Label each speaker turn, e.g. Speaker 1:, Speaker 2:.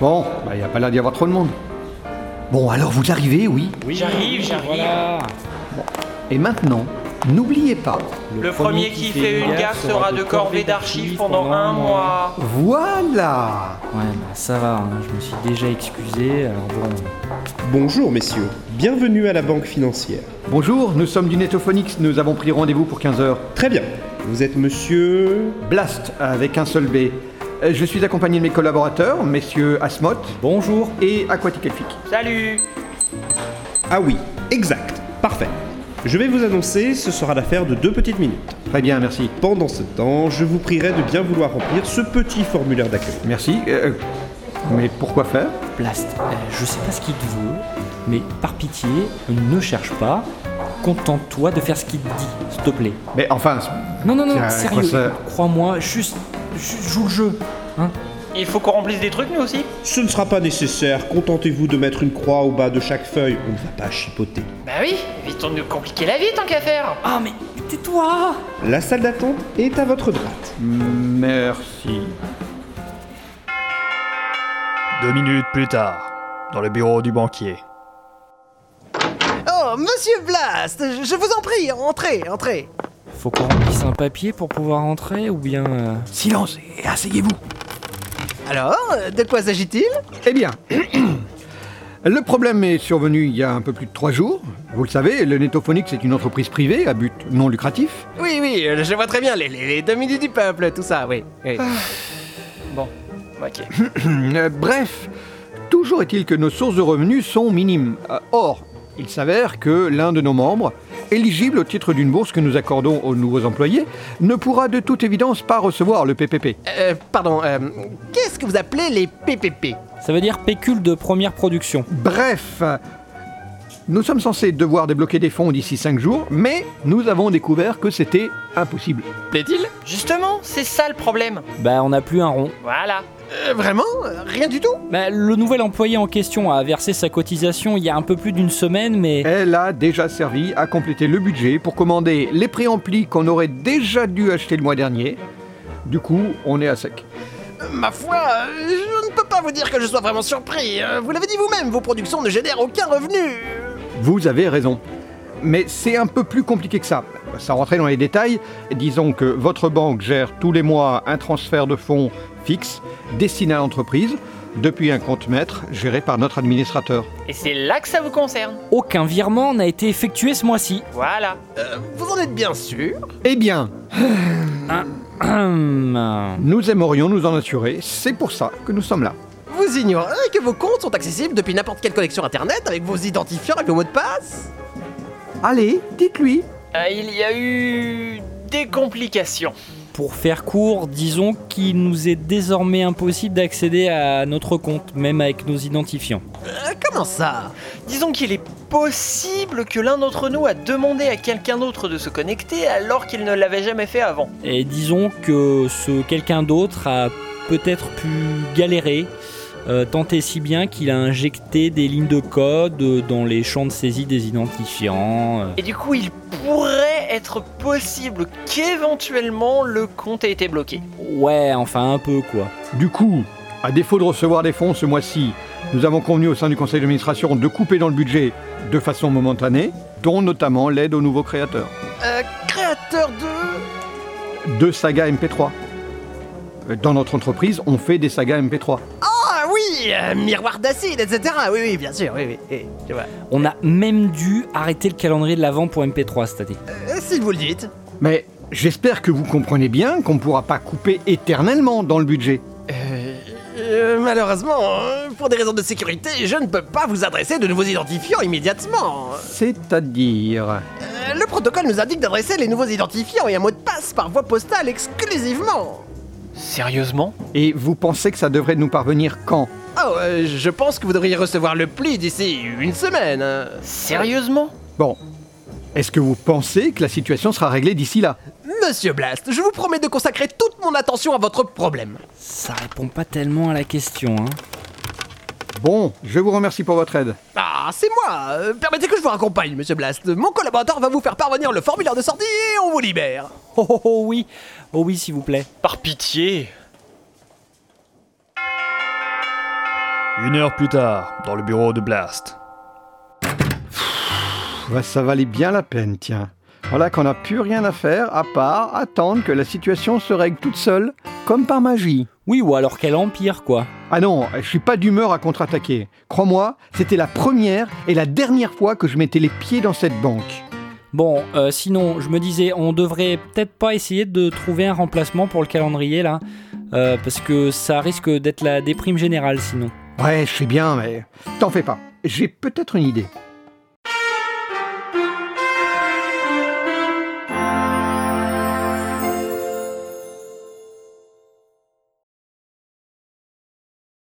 Speaker 1: Bon, il n'y a pas l'air d'y avoir trop de monde. Bon, alors vous arrivez, oui.
Speaker 2: Oui, j'arrive, j'arrive.
Speaker 1: Et maintenant, n'oubliez pas.
Speaker 2: Le premier qui fait une gaffe sera de corvée d'archives pendant un mois.
Speaker 1: Voilà
Speaker 3: Ouais, bah, ça va, hein, je me suis déjà excusé, alors bon.
Speaker 4: Bonjour messieurs, bienvenue à la banque financière.
Speaker 1: Bonjour, nous sommes du Netophonix, nous avons pris rendez-vous pour 15h.
Speaker 4: Très bien, vous êtes monsieur...
Speaker 1: Blast avec un seul B. Euh, Je suis accompagné de mes collaborateurs, messieurs Asmot. Bonjour. Et Aquatic Elfic.
Speaker 2: Salut
Speaker 4: Ah oui, exact, parfait. Je vais vous annoncer, ce sera l'affaire de deux petites minutes.
Speaker 1: Très bien, merci.
Speaker 4: Pendant ce temps, je vous prierai de bien vouloir remplir ce petit formulaire d'accueil.
Speaker 1: Merci. euh, mais pourquoi faire
Speaker 3: Blast, euh, je sais pas ce qu'il te veut, mais par pitié, ne cherche pas. Contente-toi de faire ce qu'il te dit, s'il te plaît.
Speaker 1: Mais enfin, c'est-
Speaker 3: Non, non, non,
Speaker 1: Tiens,
Speaker 3: sérieux,
Speaker 1: quoi ça
Speaker 3: crois-moi, juste, ju- joue le jeu. Hein
Speaker 2: Il faut qu'on remplisse des trucs, nous aussi
Speaker 4: Ce ne sera pas nécessaire, contentez-vous de mettre une croix au bas de chaque feuille, on ne va pas chipoter.
Speaker 2: Bah oui, évitons de nous compliquer la vie tant qu'à faire.
Speaker 3: ah, mais mais tais-toi
Speaker 4: La salle d'attente est à votre droite.
Speaker 1: merci.
Speaker 5: Deux minutes plus tard, dans le bureau du banquier.
Speaker 6: Oh, monsieur Blast, je je vous en prie, entrez, entrez.
Speaker 3: Faut qu'on remplisse un papier pour pouvoir entrer, ou bien... euh,
Speaker 1: Silence et asseyez-vous.
Speaker 6: Alors, euh, de quoi s'agit-il
Speaker 1: Eh bien, le problème est survenu il y a un peu plus de trois jours. Vous le savez, le Netophonix est une entreprise privée à but non lucratif.
Speaker 6: Oui, oui, euh, je vois très bien, les, les, les deux minutes du peuple, tout ça, oui. oui.
Speaker 2: Ok.
Speaker 1: Euh, bref, toujours est-il que nos sources de revenus sont minimes. Euh, or, il s'avère que l'un de nos membres, éligible au titre d'une bourse que nous accordons aux nouveaux employés, ne pourra de toute évidence pas recevoir le PPP.
Speaker 6: Euh, pardon, euh, qu'est-ce que vous appelez les PPP
Speaker 3: Ça veut dire pécule de première production.
Speaker 1: Bref, nous sommes censés devoir débloquer des fonds d'ici 5 jours, mais nous avons découvert que c'était impossible.
Speaker 6: Plaît-il
Speaker 2: Justement, c'est ça le problème.
Speaker 3: Bah, on n'a plus un rond.
Speaker 2: Voilà.
Speaker 6: Euh, Vraiment Euh, Rien du tout
Speaker 3: Bah, le nouvel employé en question a versé sa cotisation il y a un peu plus d'une semaine, mais...
Speaker 1: Elle a déjà servi à compléter le budget pour commander les préamplis qu'on aurait déjà dû acheter le mois dernier. Du coup, on est à sec.
Speaker 6: Euh, Ma foi, euh, je ne peux pas vous dire que je sois vraiment surpris. Euh, Vous l'avez dit vous-même, vos productions ne génèrent aucun revenu. Euh,
Speaker 1: Vous avez raison. Mais c'est un peu plus compliqué que ça. Sans rentrer dans les détails, disons que votre banque gère tous les mois un transfert de fonds fixe destiné à l'entreprise depuis un compte maître géré par notre administrateur.
Speaker 2: Et c'est là que ça vous concerne.
Speaker 3: Aucun virement n'a été effectué ce mois-ci.
Speaker 2: Voilà.
Speaker 6: euh, Vous en êtes bien sûr
Speaker 1: Eh bien,
Speaker 3: Hum,
Speaker 1: nous aimerions nous en assurer, c'est pour ça que nous sommes là.
Speaker 6: Vous ignorez que vos comptes sont accessibles depuis n'importe quelle connexion internet avec vos identifiants et vos mots de passe
Speaker 1: Allez, dites-lui
Speaker 2: Euh, il y a eu des complications.
Speaker 3: Pour faire court, disons qu'il nous est désormais impossible d'accéder à notre compte, même avec nos identifiants.
Speaker 6: Euh, Comment ça
Speaker 2: Disons qu'il est possible que l'un d'entre nous a demandé à quelqu'un d'autre de se connecter alors qu'il ne l'avait jamais fait avant.
Speaker 3: Et disons que ce quelqu'un d'autre a peut-être pu galérer, euh, tant et si bien qu'il a injecté des lignes de code euh, dans les champs de saisie des identifiants. euh.
Speaker 2: Et du coup, il pourrait être possible qu'éventuellement le compte ait été bloqué.
Speaker 3: Ouais, enfin un peu quoi.
Speaker 1: Du coup, à défaut de recevoir des fonds ce mois-ci, nous avons convenu au sein du conseil d'administration de couper dans le budget de façon momentanée, dont notamment l'aide aux nouveaux créateurs.
Speaker 6: Euh, Créateur de...
Speaker 1: de saga MP3. Euh, Dans notre entreprise, on fait des sagas MP3.
Speaker 6: Ah oui, euh, miroir d'acide, etc. Oui, oui, bien sûr, oui, oui. oui, je vois.
Speaker 3: On a même dû arrêter le calendrier de l'avant pour MP3 cette année.
Speaker 6: Euh, si vous le dites.
Speaker 1: Mais j'espère que vous comprenez bien qu'on ne pourra pas couper éternellement dans le budget.
Speaker 6: Euh, euh, malheureusement, euh, pour des raisons de sécurité, je ne peux pas vous adresser de nouveaux identifiants immédiatement.
Speaker 1: C'est-à-dire...
Speaker 6: Euh, le protocole nous indique d'adresser les nouveaux identifiants et un mot de passe par voie postale exclusivement.
Speaker 2: Sérieusement
Speaker 1: Et vous pensez que ça devrait nous parvenir quand
Speaker 6: Oh, euh, je pense que vous devriez recevoir le pli d'ici une semaine. euh.
Speaker 2: Sérieusement
Speaker 1: Bon. Est-ce que vous pensez que la situation sera réglée d'ici là
Speaker 6: Monsieur Blast, je vous promets de consacrer toute mon attention à votre problème.
Speaker 3: Ça répond pas tellement à la question, hein.
Speaker 1: Bon, je vous remercie pour votre aide.
Speaker 6: Ah, c'est moi Euh, Permettez que je vous raccompagne, monsieur Blast. Mon collaborateur va vous faire parvenir le formulaire de sortie et on vous libère.
Speaker 3: Oh, oh, oh oui, oh oui s'il vous plaît.
Speaker 2: Par pitié
Speaker 5: Une heure plus tard, dans le bureau de Blast.
Speaker 1: Ouais, ça valait bien la peine, tiens. Voilà qu'on n'a plus rien à faire à part attendre que la situation se règle toute seule, comme par magie.
Speaker 3: Oui, ou alors quel empire, quoi.
Speaker 1: Ah non, je suis pas d'humeur à contre-attaquer. Crois-moi, c'était la première et la dernière fois que je mettais les pieds dans cette banque.
Speaker 3: Bon, euh, sinon, je me disais, on devrait peut-être pas essayer de trouver un remplacement pour le calendrier, là. euh, parce que ça risque d'être la déprime générale, sinon.
Speaker 1: Ouais, je sais bien, mais t'en fais pas. J'ai peut-être une idée.